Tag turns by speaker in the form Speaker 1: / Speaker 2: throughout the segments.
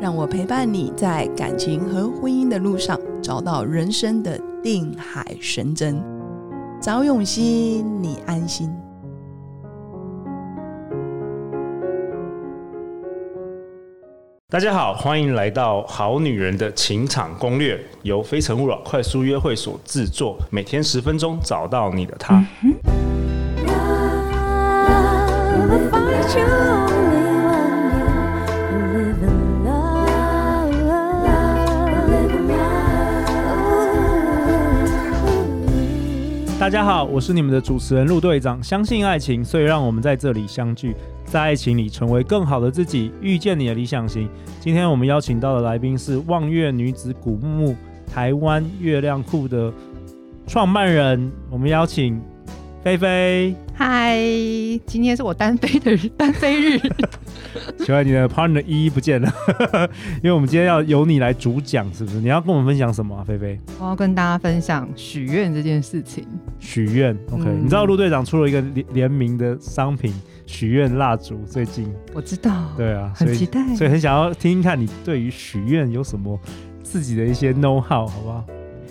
Speaker 1: 让我陪伴你在感情和婚姻的路上，找到人生的定海神针。找永熙，你安心。
Speaker 2: 大家好，欢迎来到《好女人的情场攻略》，由非诚勿扰快速约会所制作，每天十分钟，找到你的他。
Speaker 3: Love, I find you only one you live in love, live in love.
Speaker 4: 大家好，我是你们的主持人陆队长。相信爱情，所以让我们在这里相聚，在爱情里成为更好的自己，遇见你的理想型。今天我们邀请到的来宾是望月女子古木木台湾月亮库的创办人，我们邀请菲菲。
Speaker 5: 嗨，今天是我单飞的日单飞 日，
Speaker 4: 请问你的 partner 依依不见了， 因为我们今天要由你来主讲，是不是？你要跟我们分享什么啊，菲菲？
Speaker 5: 我要跟大家分享许愿这件事情。
Speaker 4: 许愿，OK？、
Speaker 5: 嗯
Speaker 4: 你知道陆队长出了一个联联名的商品许愿蜡烛，最近。
Speaker 5: 我知道，
Speaker 4: 对啊，
Speaker 5: 很
Speaker 4: 所以
Speaker 5: 期待
Speaker 4: 所以很想要听听看你对于许愿有什么自己的一些 know how，好不好？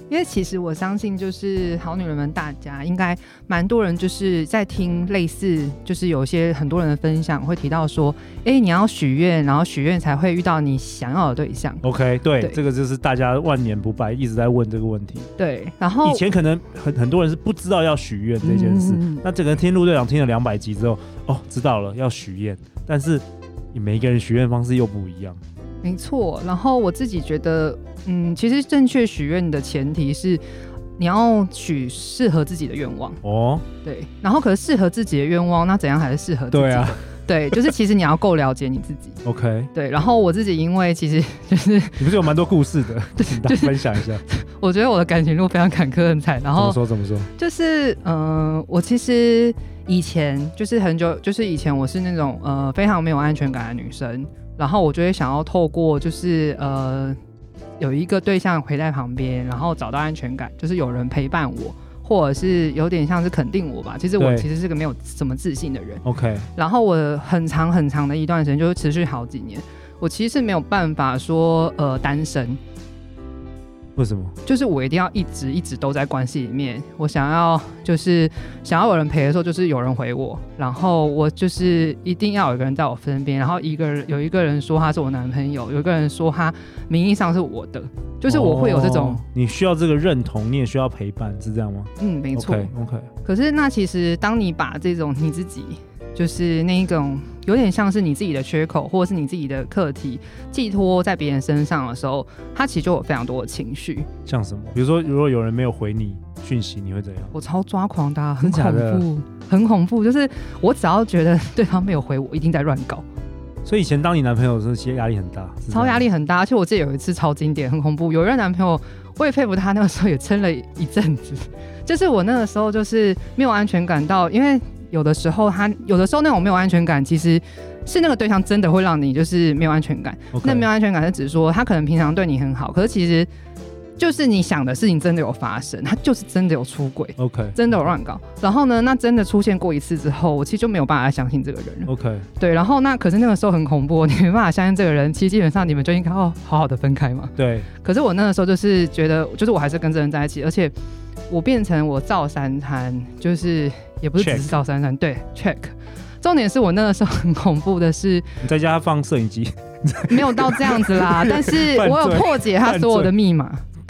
Speaker 5: 因为其实我相信，就是好女人们，大家应该蛮多人就是在听类似，就是有一些很多人的分享会提到说，哎、你要许愿，然后许愿才会遇到你想要的对象。
Speaker 4: OK，对，
Speaker 5: 对
Speaker 4: 这个就是大家万年不败一直在问这个问题。
Speaker 5: 对，然后
Speaker 4: 以前可能很很多人是不知道要许愿这件事，
Speaker 5: 哦嗯嗯嗯
Speaker 4: 那整个听陆队长听了两百集之后，哦，知道了要许愿，但是每一个人许愿方式又不一样。
Speaker 5: 没错，然后我自己觉得，嗯，其实正确许愿的前提是你要许适合自己的愿望。
Speaker 4: 哦，
Speaker 5: 对，然后可是适合自己的愿望，那怎样才是适呃合自己？
Speaker 4: 对啊，
Speaker 5: 对，就是其实你要够了解你自己。
Speaker 4: ，OK，
Speaker 5: 对，然后我自己因为其实就是
Speaker 4: 你不是有蛮多故事 的，请大家分享一下。
Speaker 5: 我觉得我的感情路非常坎坷很惨，然
Speaker 4: 怎么
Speaker 5: 后
Speaker 4: 说怎么说？
Speaker 5: 就是嗯、呃我其实以前就是很久，就是以前我是那种呃非常没有安全感的女生，然后我就会想要透过就是呃有一个对象陪在旁边，然后找到安全感，就是有人陪伴我，或者是有点像是肯定我吧。其实我
Speaker 4: 对
Speaker 5: 其实是个没有什么自信的人。
Speaker 4: OK，
Speaker 5: 然后我很长很长的一段时间，就是持续好几年，我其实是没有办法说呃单身，
Speaker 4: 为什么？
Speaker 5: 就是我一定要一直一直都在关系里面。我想要就是想要有人陪的时候，就是有人回我，然后我就是一定要有一个人在我身边，然后一个人有一个人说他是我男朋友，有一个人说他名义上是我的，就是我会有这种、
Speaker 4: 哦你需要这个认同，你也需要陪伴，是这样吗？
Speaker 5: 嗯没错。
Speaker 4: ，OK，
Speaker 5: 可是那其实当你把这种你自己，就是那一种有点像是你自己的缺口，或者是你自己的课题寄托在别人身上的时候，它其实就有非常多的情绪。
Speaker 4: 像什么？比如说，如果有人没有回你讯息，你会怎样？
Speaker 5: 我超抓狂的啊、
Speaker 4: 真
Speaker 5: 很
Speaker 4: 假
Speaker 5: 恐
Speaker 4: 的
Speaker 5: 怖，很恐怖。就是 我只要觉得对方没有回我，一定在乱搞，
Speaker 4: 所以以前当你男朋友的时候，其实压力很大，是这样
Speaker 5: 超压力很大。而且我记得有一次超经典，很恐怖。有一任男朋友，我也佩服他，那个时候也撑了一阵子。 就是我那个时候就是没有安全感到，因为有的时候他有的时候那种没有安全感，其实是那个对象真的会让你就是没有安全感。
Speaker 4: OK
Speaker 5: 那没有安全感是指说他可能平常对你很好，可是其实就是你想的事情真的有发生，他就是真的有出轨，
Speaker 4: OK，
Speaker 5: 真的有乱搞。然后呢，那真的出现过一次之后，我其实就没有办法再相信这个人了。
Speaker 4: OK，
Speaker 5: 对，然后那可是那个时候很恐怖，你没办法相信这个人，其实基本上你们就应该要好好的分开嘛。
Speaker 4: 对，
Speaker 5: 可是我那个时候就是觉得，就是我还是跟这个人在一起，而且我变成我照三餐，就是也不是只
Speaker 4: Check
Speaker 5: 是照三餐，对，check。重点是我那个时候很恐怖的是，
Speaker 4: 你在家放摄影机，
Speaker 5: 没有到这样子啦，但 是
Speaker 4: 犯罪
Speaker 5: 我有破解他所有的密码，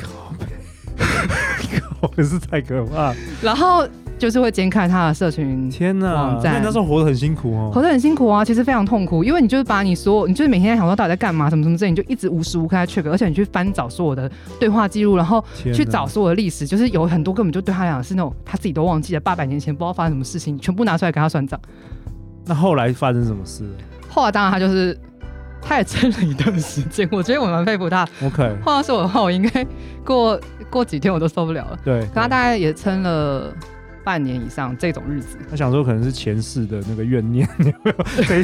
Speaker 4: 我可是太可怕！
Speaker 5: 然后就是会监看他的社群
Speaker 4: 天哪，
Speaker 5: 网
Speaker 4: 那
Speaker 5: 站
Speaker 4: 你那时候活得很辛苦
Speaker 5: 活
Speaker 4: 哦。
Speaker 5: 得很辛苦啊，其实非常痛苦，因为你就是把你所有，你就是每天在想说到底在干嘛，什么什么之类，你就一直无时无刻在 check，而且你去翻找所有的对话记录，然后
Speaker 4: 天哪
Speaker 5: 去找所有的历史，就是有很多根本就对他来讲是那种他自己都忘记了，八百年前不知道发生什么事情，全部拿出来跟他算账。
Speaker 4: 那后来发生什么事了？
Speaker 5: 后来当然他就是他也撑了一段时间，我觉得我蛮佩 服他。
Speaker 4: OK，
Speaker 5: 换到是我的话，我应该过过几天我都受不了 了。
Speaker 4: 对，
Speaker 5: 可他大概也撑了半年以上这种日子。
Speaker 4: 他想说可能是前世的那个怨念，有没有？所以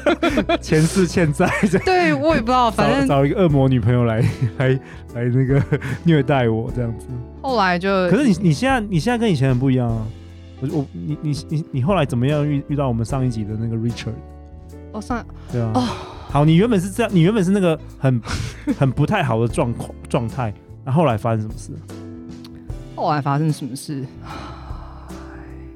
Speaker 4: 前世欠债，这样
Speaker 5: 对我也不知道，反
Speaker 4: 找
Speaker 5: 正
Speaker 4: 找一个恶魔女朋友来 来来那个虐待我这样子。
Speaker 5: 后来就
Speaker 4: 可是你你现在你现在跟以前很不一样啊！我我你你你你后来怎么样遇遇到我们上一集的那个 Richard？
Speaker 5: 我算
Speaker 4: 对啊，
Speaker 5: 哦
Speaker 4: 好，你原本是这样，你原本是那个很 很不太好的状况状态，那后来发生什么事？
Speaker 5: 后来发生什么事？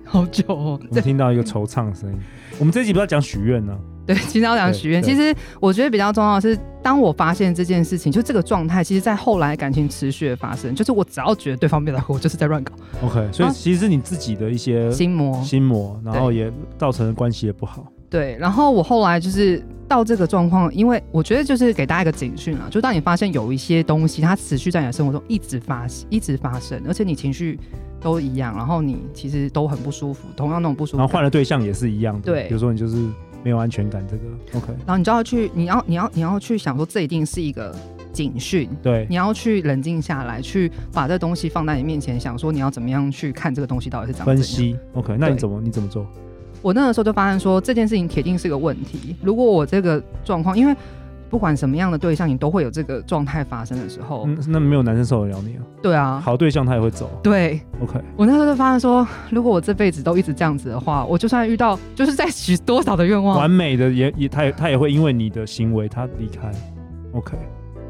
Speaker 5: 好久哦，
Speaker 4: 我们听到一个惆怅的声音。我们这一集不是要讲许愿呢？
Speaker 5: 对，其实要讲
Speaker 4: 对
Speaker 5: 许愿，
Speaker 4: 对
Speaker 5: 其实我觉得比较重要的是，当我发现这件事情，就这个状态，其实在后来感情持续的发生，就是我只要觉得对方没有来，我就是在乱搞
Speaker 4: OK，所以
Speaker 5: 啊
Speaker 4: 其实是你自己的一些
Speaker 5: 心魔。
Speaker 4: 心魔，然后也造成了关系也不好。
Speaker 5: 对，然后我后来就是到这个状况，因为我觉得就是给大家一个警讯啊，就当你发现有一些东西它持续在你的生活中一直发一直发生，而且你情绪都一样，然后你其实都很不舒服，同样那种不舒服
Speaker 4: 然
Speaker 5: 感，
Speaker 4: 后换了对象也是一样的，
Speaker 5: 对
Speaker 4: 比如说你就是没有安全感，这个 OK，
Speaker 5: 然后你就要去，你要你要你要去想说，这一定是一个警讯，
Speaker 4: 对
Speaker 5: 你，要去冷静下来，去把这东西放在你面前，想说你要怎么样去看这个东西到底是长怎样
Speaker 4: 分。析 OK，那你
Speaker 5: 对
Speaker 4: 怎么你怎么做？
Speaker 5: 我那个时候就发现说，这件事情铁定是个问题。如果我这个状况，因为不管什么样的对象，你都会有这个状态发生的时候。
Speaker 4: 嗯，那没有男生受得了你啊，
Speaker 5: 对啊，
Speaker 4: 好对象他也会走
Speaker 5: 对
Speaker 4: ，OK，
Speaker 5: 我那时候就发现说，如果我这辈子都一直这样子的话，我就算遇到，就是在许多少的愿望
Speaker 4: 完，美的也也他也他也会因为你的行为他离开，OK，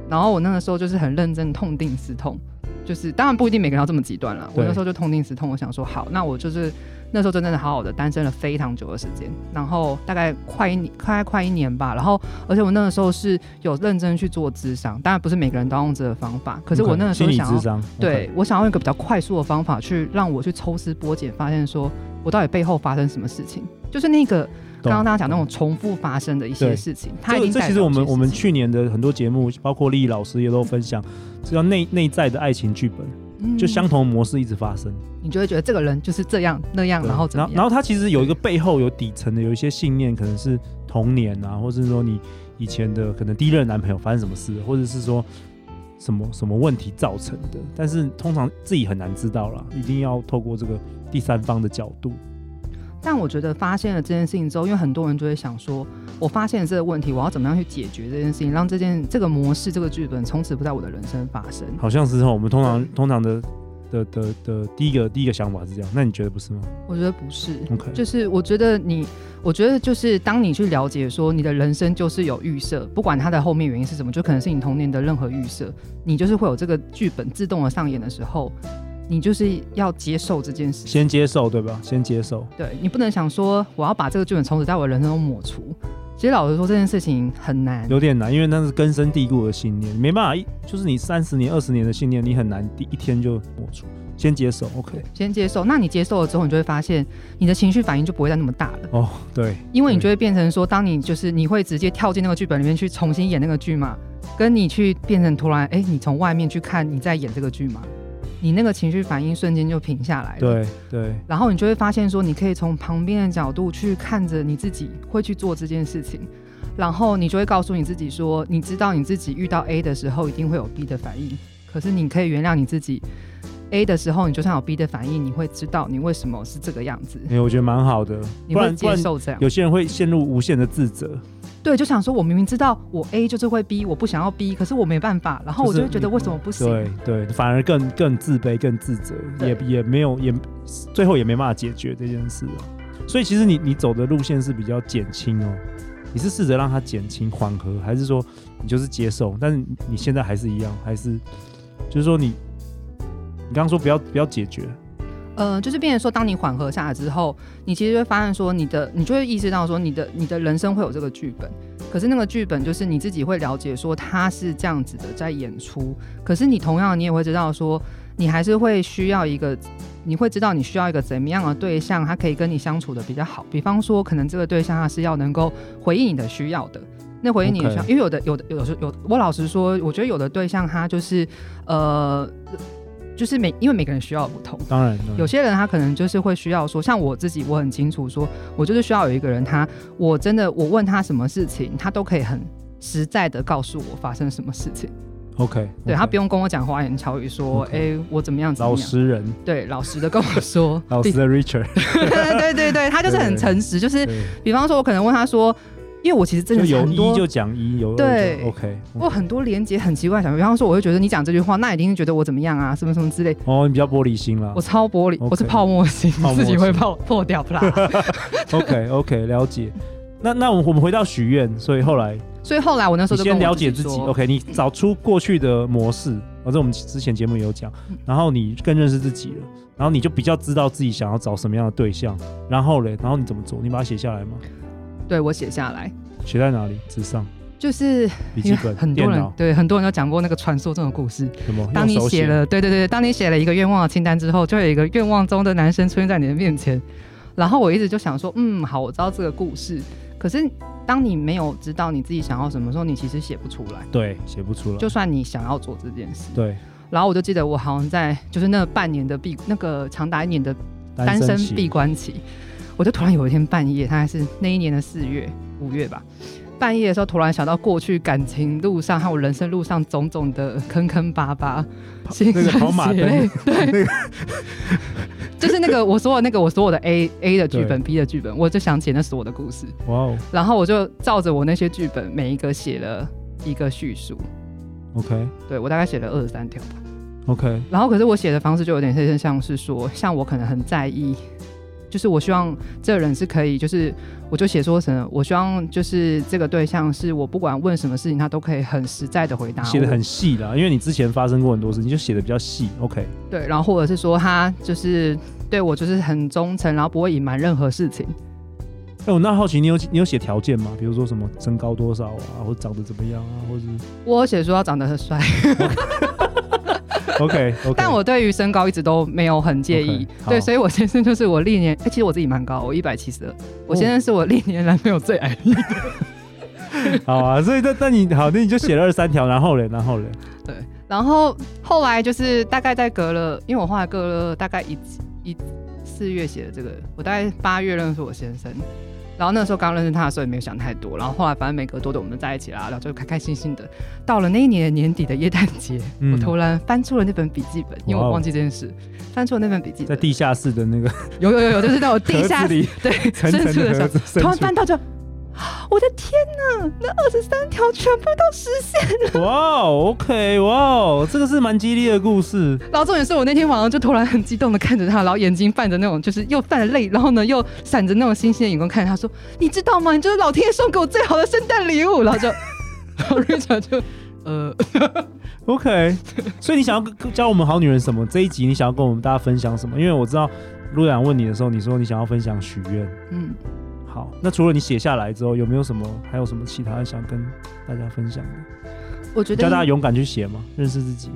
Speaker 5: 然后我那个时候就是很认真痛定思痛，就是当然不一定每个人要这么极端了。
Speaker 4: 对
Speaker 5: 我那时候就痛定思痛，我想说好，那我就是那时候真正的好好的单身了非常久的时间，然后大概快一年，快快一年吧。然后而且我那个时候是有认真去做智商，当然不是每个人都要用这个方法，可是我
Speaker 4: OK，
Speaker 5: 那个时
Speaker 4: 心
Speaker 5: 候
Speaker 4: 理
Speaker 5: 想
Speaker 4: 智
Speaker 5: 要。
Speaker 4: 商，
Speaker 5: 对，我想要用一个比较快速的方法去让我去抽丝剥茧，发现说我到底背后发生什么事情，就是那个刚刚大家讲那种重复发生的一些
Speaker 4: 对
Speaker 5: 事情，它
Speaker 4: 这
Speaker 5: 已
Speaker 4: 个
Speaker 5: 经
Speaker 4: 这
Speaker 5: 代
Speaker 4: 其实
Speaker 5: 表
Speaker 4: 我们
Speaker 5: 这些
Speaker 4: 我们
Speaker 5: 事情
Speaker 4: 去年的很多节目，包括丽丽老师也都分享，这叫内内在的爱情剧本，就
Speaker 5: 嗯
Speaker 4: 相同模式一直发生。
Speaker 5: 你就会觉得这个人就是这样那样，
Speaker 4: 对
Speaker 5: 嗯然后怎
Speaker 4: 然
Speaker 5: 么
Speaker 4: 后
Speaker 5: 样？
Speaker 4: 然后他其实有一个背后有底层的有一些信念，可能是童年
Speaker 5: 嗯
Speaker 4: 啊，或是说你以前的可能第一任男朋友发生什么事，或者是说什么什么问题造成的，但是通常自己很难知道啦，一定要透过这个第三方的角度。
Speaker 5: 但我觉得发现了这件事情之后，因为很多人就会想说，我发现了这个问题，我要怎么样去解决这件事情，让这件这个模式、这个剧本从此不在我的人生发生。
Speaker 4: 好像是哦，我们通常通常的的的的第一个第一个想法是这样，那你觉得不是吗
Speaker 5: 我觉得不是，
Speaker 4: ？OK，
Speaker 5: 就是我觉得你，我觉得就是当你去了解说你的人生就是有预设，不管它的后面原因是什么，就可能是你童年的任何预设，你就是会有这个剧本自动的上演的时候，你就是要接受这件事情。
Speaker 4: 先接受对吧？先接受。
Speaker 5: 对你不能想说我要把这个剧本从此在我人生中抹除。其实老实说，这件事情很难。
Speaker 4: 有点难，因为那是根深蒂固的信念，没办法一，就是你三十年、二十年的信念，你很难第一天就抹除。先接受，OK。
Speaker 5: 先接受，那你接受了之后，你就会发现你的情绪反应就不会再那么大了，
Speaker 4: 哦，对，
Speaker 5: 因为你就会变成说，当你就是你会直接跳进那个剧本里面去重新演那个剧嘛，跟你去变成突然，哎，你从外面去看你在演这个剧嘛，你那个情绪反应瞬间就平下来了。
Speaker 4: 对对
Speaker 5: 然后你就会发现说，你可以从旁边的角度去看着你自己会去做这件事情，然后你就会告诉你自己说，你知道你自己遇到 A 的时候一定会有 B 的反应，可是你可以原谅你自己。A 的时候，你就算有 B 的反应，你会知道你为什么是这个样子，
Speaker 4: 哎对，我觉得蛮好的，
Speaker 5: 你
Speaker 4: 不
Speaker 5: 会
Speaker 4: 然不
Speaker 5: 接
Speaker 4: 然
Speaker 5: 受这样。
Speaker 4: 有些人会陷入无限的自责，
Speaker 5: 对，就想说，我明明知道我 A 就是会 B，我不想要 B，可是我没办法，然后我
Speaker 4: 就是
Speaker 5: 就会觉得为什么不行？
Speaker 4: 对对，反而更更自卑、更自责，
Speaker 5: 对
Speaker 4: 也也没有也最后也没办法解决这件事啊。所以其实你你走的路线是比较减轻哦，你是试着让它减轻缓和，还是说你就是接受？但是你现在还是一样，还是就是说你你刚刚说不要不要解决，
Speaker 5: 呃，就是变成说，当你缓和下来之后，你其实会发现说，你的你就会意识到说，你的你的人生会有这个剧本，可是那个剧本就是你自己会了解说，它是这样子的在演出，可是你同样你也会知道说，你还是会需要一个。你会知道你需要一个怎么样的对象，他可以跟你相处的比较好。比方说，可能这个对象他是要能够回应你的需要的，那回应你的需要
Speaker 4: OK
Speaker 5: 因为有的有的有时候有，我老实说，我觉得有的对象他就是，呃，就是每因为每个人需要不同，
Speaker 4: 当然当然
Speaker 5: 有些人他可能就是会需要说，像我自己，我很清楚说，我就是需要有一个人他，我真的我问他什么事情，他都可以很实在的告诉我发生什么事情。
Speaker 4: OK，
Speaker 5: 对他不
Speaker 4: 用
Speaker 5: 用跟我讲花言巧语，说
Speaker 4: 嗯 OK
Speaker 5: 哎、我怎么样怎么
Speaker 4: 老
Speaker 5: 样，
Speaker 4: 实人，，
Speaker 5: 对老实的跟我说
Speaker 4: 老实的 Richard，
Speaker 5: 对对对对，他就是很诚实，就是
Speaker 4: 对
Speaker 5: 比方说，我可能问他说，因为我其实真
Speaker 4: 就
Speaker 5: 的是
Speaker 4: 有
Speaker 5: 很
Speaker 4: 一
Speaker 5: 多
Speaker 4: 就讲一，有二
Speaker 5: 对
Speaker 4: 就 OK。
Speaker 5: 我有很多连接很奇怪的想法，比方说，我会觉得你讲这句话，那一定是觉得我怎么样啊，什么什么之类。
Speaker 4: 哦，你比较玻璃心啦
Speaker 5: 我。超玻璃
Speaker 4: OK
Speaker 5: 我是泡沫型，
Speaker 4: 泡沫型
Speaker 5: 自己会泡破掉不啦。
Speaker 4: OK OK，了解。那那我们我们回到许愿，所以后来
Speaker 5: 所以后来我那时
Speaker 4: 你
Speaker 5: 候就跟
Speaker 4: 先
Speaker 5: 我
Speaker 4: 了解自
Speaker 5: 自
Speaker 4: 己
Speaker 5: 说
Speaker 4: ，OK，你找出过去的模式，反正我们之前节目也有讲，
Speaker 5: 嗯
Speaker 4: 然后你更认识自己了，然后你就比较知道自己想要找什么样的对象，然后嘞，然后你怎么做？你把它写下来吗？
Speaker 5: 对我写下来，
Speaker 4: 写在哪里？纸上、
Speaker 5: 就是
Speaker 4: 笔
Speaker 5: 因
Speaker 4: 记
Speaker 5: 为
Speaker 4: 本、
Speaker 5: 很
Speaker 4: 电
Speaker 5: 多
Speaker 4: 脑
Speaker 5: 人，对很多人都讲过那个传说中的故事。
Speaker 4: 什么？
Speaker 5: 当你
Speaker 4: 用手
Speaker 5: 写了，对对对，当你写了一个愿望的清单之后，就有一个愿望中的男生出现在你的面前。然后我一直就想说，嗯，好，我知道这个故事。可是当你没有知道你自己想要什么时候，你其实写不出来。
Speaker 4: 对，写不出来，
Speaker 5: 就算你想要做这件事，
Speaker 4: 对，
Speaker 5: 然后我就记得我好像在就是那半年的闭那个长达一年的单身
Speaker 4: 期
Speaker 5: 闭关期，我就突然有一天半夜，大概是那一年的四月、五月吧，半夜的时候突然想到过去感情路上还有人生路上种种的坑坑巴巴，心
Speaker 4: 那个跑马
Speaker 5: 酸血 泪，对，就是那个我说的那个我说我的 A A 的剧本 B 的剧本，我就想起那是我的故事，
Speaker 4: 哇哦
Speaker 5: 然后我就照着我那些剧本每一个写了一个叙述，
Speaker 4: ，OK
Speaker 5: 对我大概写了二十三条。
Speaker 4: OK，
Speaker 5: 然后可是我写的方式就有点像像是说，像我可能很在意，就是我希望这个人是可以，就是我就写说什么，我希望就是这个对象是我不管问什么事情，他都可以很实在的回答我，
Speaker 4: 写的很细啦，因为你之前发生过很多事，你就写的比较细，OK，
Speaker 5: 对，然后或者是说他就是对我就是很忠诚，然后不会隐瞒任何事情。
Speaker 4: 哎，我那好奇你有你有写条件吗？比如说什么身高多少啊，或长得怎么样啊， 或者是
Speaker 5: 我有写说他长得很帅，
Speaker 4: OK OK，
Speaker 5: 但我对于身高一直都没有很介意
Speaker 4: OK，好
Speaker 5: 对，所以我先生就是我历年，哎其实我自己蛮高，我一百七十二，我先生是我历年男朋友最矮的
Speaker 4: 好啊，所以那那你好，那你就写了二三条，然后嘞，然后嘞，
Speaker 5: 对，然后后来就是大概在隔了，因为我后来隔了大概一一四月写的这个，我大概八月认识我先生，然后那时候刚认识他的时候也没有想太多，然后后来反正每隔多久我们就在一起啦，然后就开开心心的。到了那一年的年底的耶诞节，
Speaker 4: 嗯
Speaker 5: 我突然翻出了那本笔记本，因为
Speaker 4: 哇哦哦
Speaker 5: 我忘记这件事，翻出了那本笔记
Speaker 4: 在
Speaker 5: 本，
Speaker 4: 地下室的那个
Speaker 5: 有有有有，就是那种地
Speaker 4: 盒
Speaker 5: 下
Speaker 4: 子
Speaker 5: 室
Speaker 4: 里，
Speaker 5: 对
Speaker 4: 层
Speaker 5: 深
Speaker 4: 层
Speaker 5: 处的
Speaker 4: 的
Speaker 5: 时
Speaker 4: 盒
Speaker 5: 候，
Speaker 4: 子
Speaker 5: 突然
Speaker 4: 伸
Speaker 5: 翻到就，啊我的天呐，那二十三条全部都实现。
Speaker 4: 出，哇哦，OK，哇哦，这个是蛮激励的故事，
Speaker 5: 然后重点是我那天晚上就突然很激动的看着他，然后眼睛泛着那种就是又泛着泪，然后呢又闪着那种星星的眼光看着他说：“你知道吗？你就是老天爷送给我最好的圣诞礼物。”然后就，然后 Richard 就呃，
Speaker 4: OK，所以你想要跟教我们好女人什么？这一集你想要跟我们大家分享什么？因为我知道陆阳问你的时候，你说你想要分享许愿。
Speaker 5: 嗯，
Speaker 4: 好，那除了你写下来之后，有没有什么还有什么其他想跟大家分享的？
Speaker 5: 我觉
Speaker 4: 教大家
Speaker 5: 得
Speaker 4: 勇敢去写嘛，认识自己。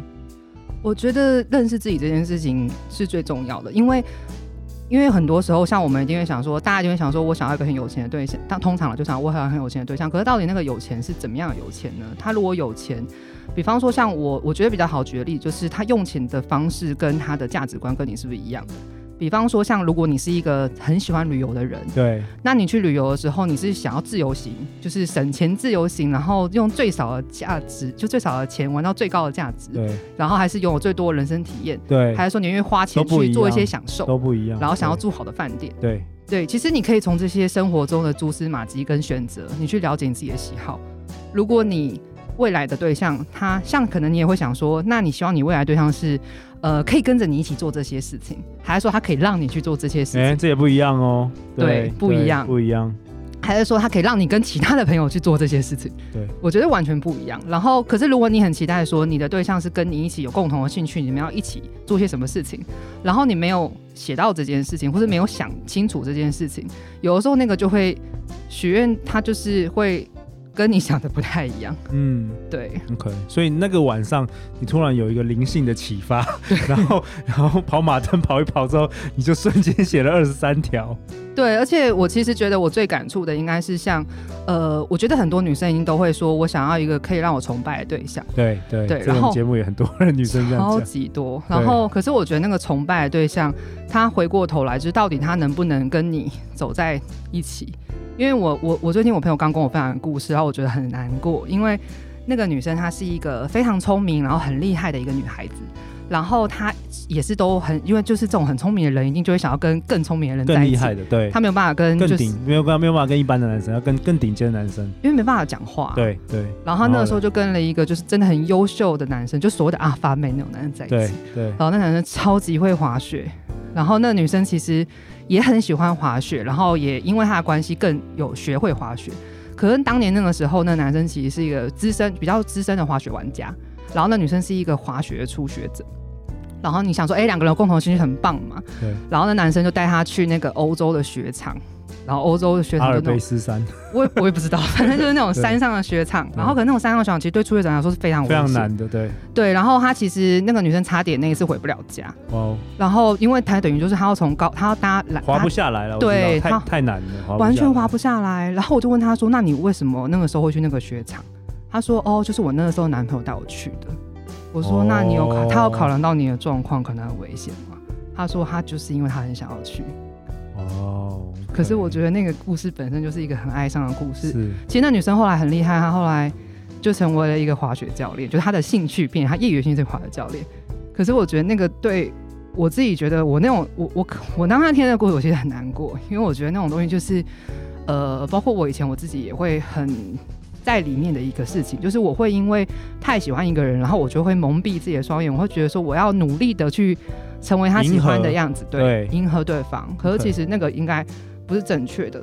Speaker 5: 我觉得认识自己这件事情是最重要的，因为。因为很多时候，像我们一定会想说，大家就会想说，我想要一个很有钱的对象。但通常就想我想要很有钱的对象，可是到底那个有钱是怎么样的有钱呢？他如果有钱，比方说像我，我觉得比较好举的例子就是他用钱的方式跟他的价值观跟你是不是一样的？比方说像如果你是一个很喜欢旅游的人，
Speaker 4: 对，
Speaker 5: 那你去旅游的时候，你是想要自由行，就是省钱自由行，然后用最少的价值，就最少的钱玩到最高的价值，
Speaker 4: 对，
Speaker 5: 然后还是拥有最多的人生体验，还
Speaker 4: 对，
Speaker 5: 是说你愿意花钱
Speaker 4: 都不一样
Speaker 5: 去做一些享受，
Speaker 4: 都不一样。
Speaker 5: 然后想要住好的饭店。
Speaker 4: 对，
Speaker 5: 对，其实你可以从这些生活中的蛛丝马迹跟选择，你去了解你自己的喜好。如果你未来的对象，他像可能你也会想说，那你希望你未来对象是，呃，可以跟着你一起做这些事情，还是说他可以让你去做这些事
Speaker 4: 对哎、
Speaker 5: 情，
Speaker 4: 这也不一样哦。
Speaker 5: 对不一样
Speaker 4: 不一样。
Speaker 5: 还是说他可以让你跟其他的朋友去做这些事情？
Speaker 4: 对，
Speaker 5: 我觉得完全不一样。然后，可是如果你很期待说你的对象是跟你一起有共同的兴趣，你们要一起做些什么事情，然后你没有写到这件事情，或是没有想清楚这件事情，有的时候那个就会许愿，它就是会跟你想的不太一样。
Speaker 4: 嗯
Speaker 5: 对，
Speaker 4: ，OK。所以那个晚上，你突然有一个灵性的启发， 然后然后跑马灯跑一跑之后，你就瞬间写了二十三条。
Speaker 5: 对，而且我其实觉得我最感触的应该是像，呃，我觉得很多女生已经都会说我想要一个可以让我崇拜的对象。
Speaker 4: 对对
Speaker 5: 对
Speaker 4: 这
Speaker 5: 然
Speaker 4: 种
Speaker 5: 后
Speaker 4: 节目也很多人女生这样
Speaker 5: 超
Speaker 4: 讲。
Speaker 5: 级多。
Speaker 4: 对
Speaker 5: 然后，可是我觉得那个崇拜的对象，他回过头来，就是到底他能不能跟你走在一起？因为我我我最近我朋友刚跟我分享一个故事，然后我觉得很难过，因为那个女生她是一个非常聪明，然后很厉害的一个女孩子，然后她也是都很，因为就是这种很聪明的人，一定就会想要跟更聪明的人
Speaker 4: 更
Speaker 5: 在一
Speaker 4: 厉
Speaker 5: 起，
Speaker 4: 害的，对，
Speaker 5: 她没有办法跟
Speaker 4: 更
Speaker 5: 就是
Speaker 4: 顶，没有办法，没有办法跟一般的男生，要跟更顶尖的男生，
Speaker 5: 因为没办法讲话，。
Speaker 4: 对对。
Speaker 5: 然后她那个时候
Speaker 4: 就
Speaker 5: 就跟了一个就是真的很优秀的男生，就所谓的阿发妹那种男生在一
Speaker 4: 对
Speaker 5: 起。
Speaker 4: 对
Speaker 5: 然后那男生超级会滑雪，然后那女生其实也很喜欢滑雪，然后也因为他的关系更有学会滑雪。可是当年那个时候，那男生其实是一个资深、比较资深的滑雪玩家，然后那女生是一个滑雪的初学者。然后你想说，哎，两个人有共同兴趣很棒嘛？
Speaker 4: 对。
Speaker 5: 然后那男生就带她去那个欧洲的雪场，然后欧洲的雪
Speaker 4: 阿
Speaker 5: 场就
Speaker 4: 尔
Speaker 5: 那种
Speaker 4: 卑斯山
Speaker 5: 我也我也 不知道，反正就是那种
Speaker 4: 对
Speaker 5: 山上的雪场，
Speaker 4: 对
Speaker 5: 然后可能那种山上的雪场其实对初学者来说是非常
Speaker 4: 非常
Speaker 5: 危险
Speaker 4: 难。的，对，
Speaker 5: 对，然后她其实那个女生差点那一次回不了家，
Speaker 4: 哇哦，
Speaker 5: 然后因为她等于就是她要从高，她要搭缆，
Speaker 4: 滑不
Speaker 5: 她
Speaker 4: 下来了，我知道
Speaker 5: 对
Speaker 4: 太
Speaker 5: 他
Speaker 4: 太难了，
Speaker 5: 完全滑
Speaker 4: 滑
Speaker 5: 不
Speaker 4: 不下
Speaker 5: 下来。然后我就问她说：“那你为什么那个时候会去那个雪场？”她说：“哦，就是我那个时候男朋友带我去的。”我说：“那你有考，他有考量到你的状况可能很危险吗？”她说：“她就是因为她很想要去。
Speaker 4: 来哦”。
Speaker 5: 可是我觉
Speaker 4: 得
Speaker 5: 得那个故事本身就是一个很哀伤的故事。
Speaker 4: 是
Speaker 5: 其实那女生后来很厉害，她后来就成为了一个滑雪教练，就是她的兴趣变，她业余的兴趣是滑雪教练。可是我觉得那个对我自己觉得，我那种我我我当那天的故事，我其实很难过，因为我觉得那种东西就是，呃，包括我以前我自己也会很在里面的一个事情，就是我会因为太喜欢一个人，然后我就会蒙蔽自己的双眼，我会觉得说我要努力的去成为他喜欢的样子，
Speaker 4: 迎合
Speaker 5: 对，
Speaker 4: 对
Speaker 5: 迎合对方。可是
Speaker 4: OK
Speaker 5: 其实那个应该不是正确的，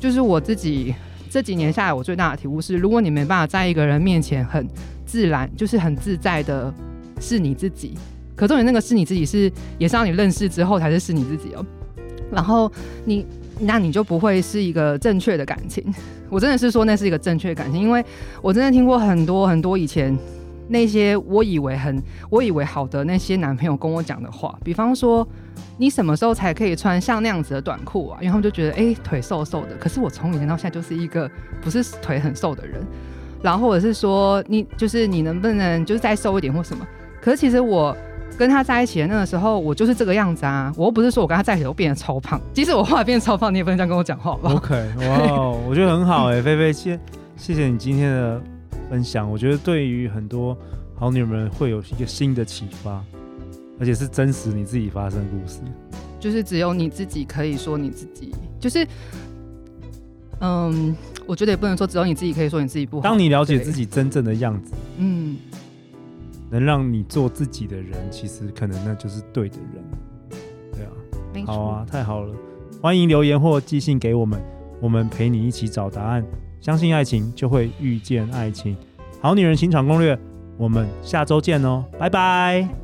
Speaker 5: 就是我自己这几年下来，我最大的体悟是，如果你没办法在一个人面前很自然，就是很自在的是你自己。可重点那个是你自己是，也是让你认识之后才是是你自己哦。然后你，那你就不会是一个正确的感情。我真的是说那是一个正确的感情，因为我真的听过很多很多以前那些我以为很我以为好的那些男朋友跟我讲的话，比方说你什么时候才可以穿像那样子的短裤啊？因为他们就觉得哎、诶腿瘦瘦的，可是我从以前到现在就是一个不是腿很瘦的人，然后或者是说你就是你能不能就是再瘦一点或什么？可是其实我。跟他在一起的那个时候，我就是这个样子啊！我又不是说我跟他在一起都变得超胖，即使我后来变超胖，你也不能这样跟我讲话，好不好？
Speaker 4: OK，哇哦，我觉得很 好哎、菲菲，谢谢谢你今天的分享，我觉得对于很多好女人们会有一个新的启发，而且是真实你自己发生的故事。
Speaker 5: 就是只有你自己可以说你自己，就是，嗯，我觉得也不能说只有你自己可以说你自己不好。
Speaker 4: 当你了解自
Speaker 5: 己，
Speaker 4: 己真正的样子，
Speaker 5: 嗯，
Speaker 4: 能让你做自己的人，其实可能那就是对的人。对啊，
Speaker 5: 没错，
Speaker 4: 好啊，太好了，欢迎留言或寄信给我们，我们陪你一起找答案。相信爱情，就会遇见爱情。好女人情场攻略，我们下周见哦，拜拜。
Speaker 3: 拜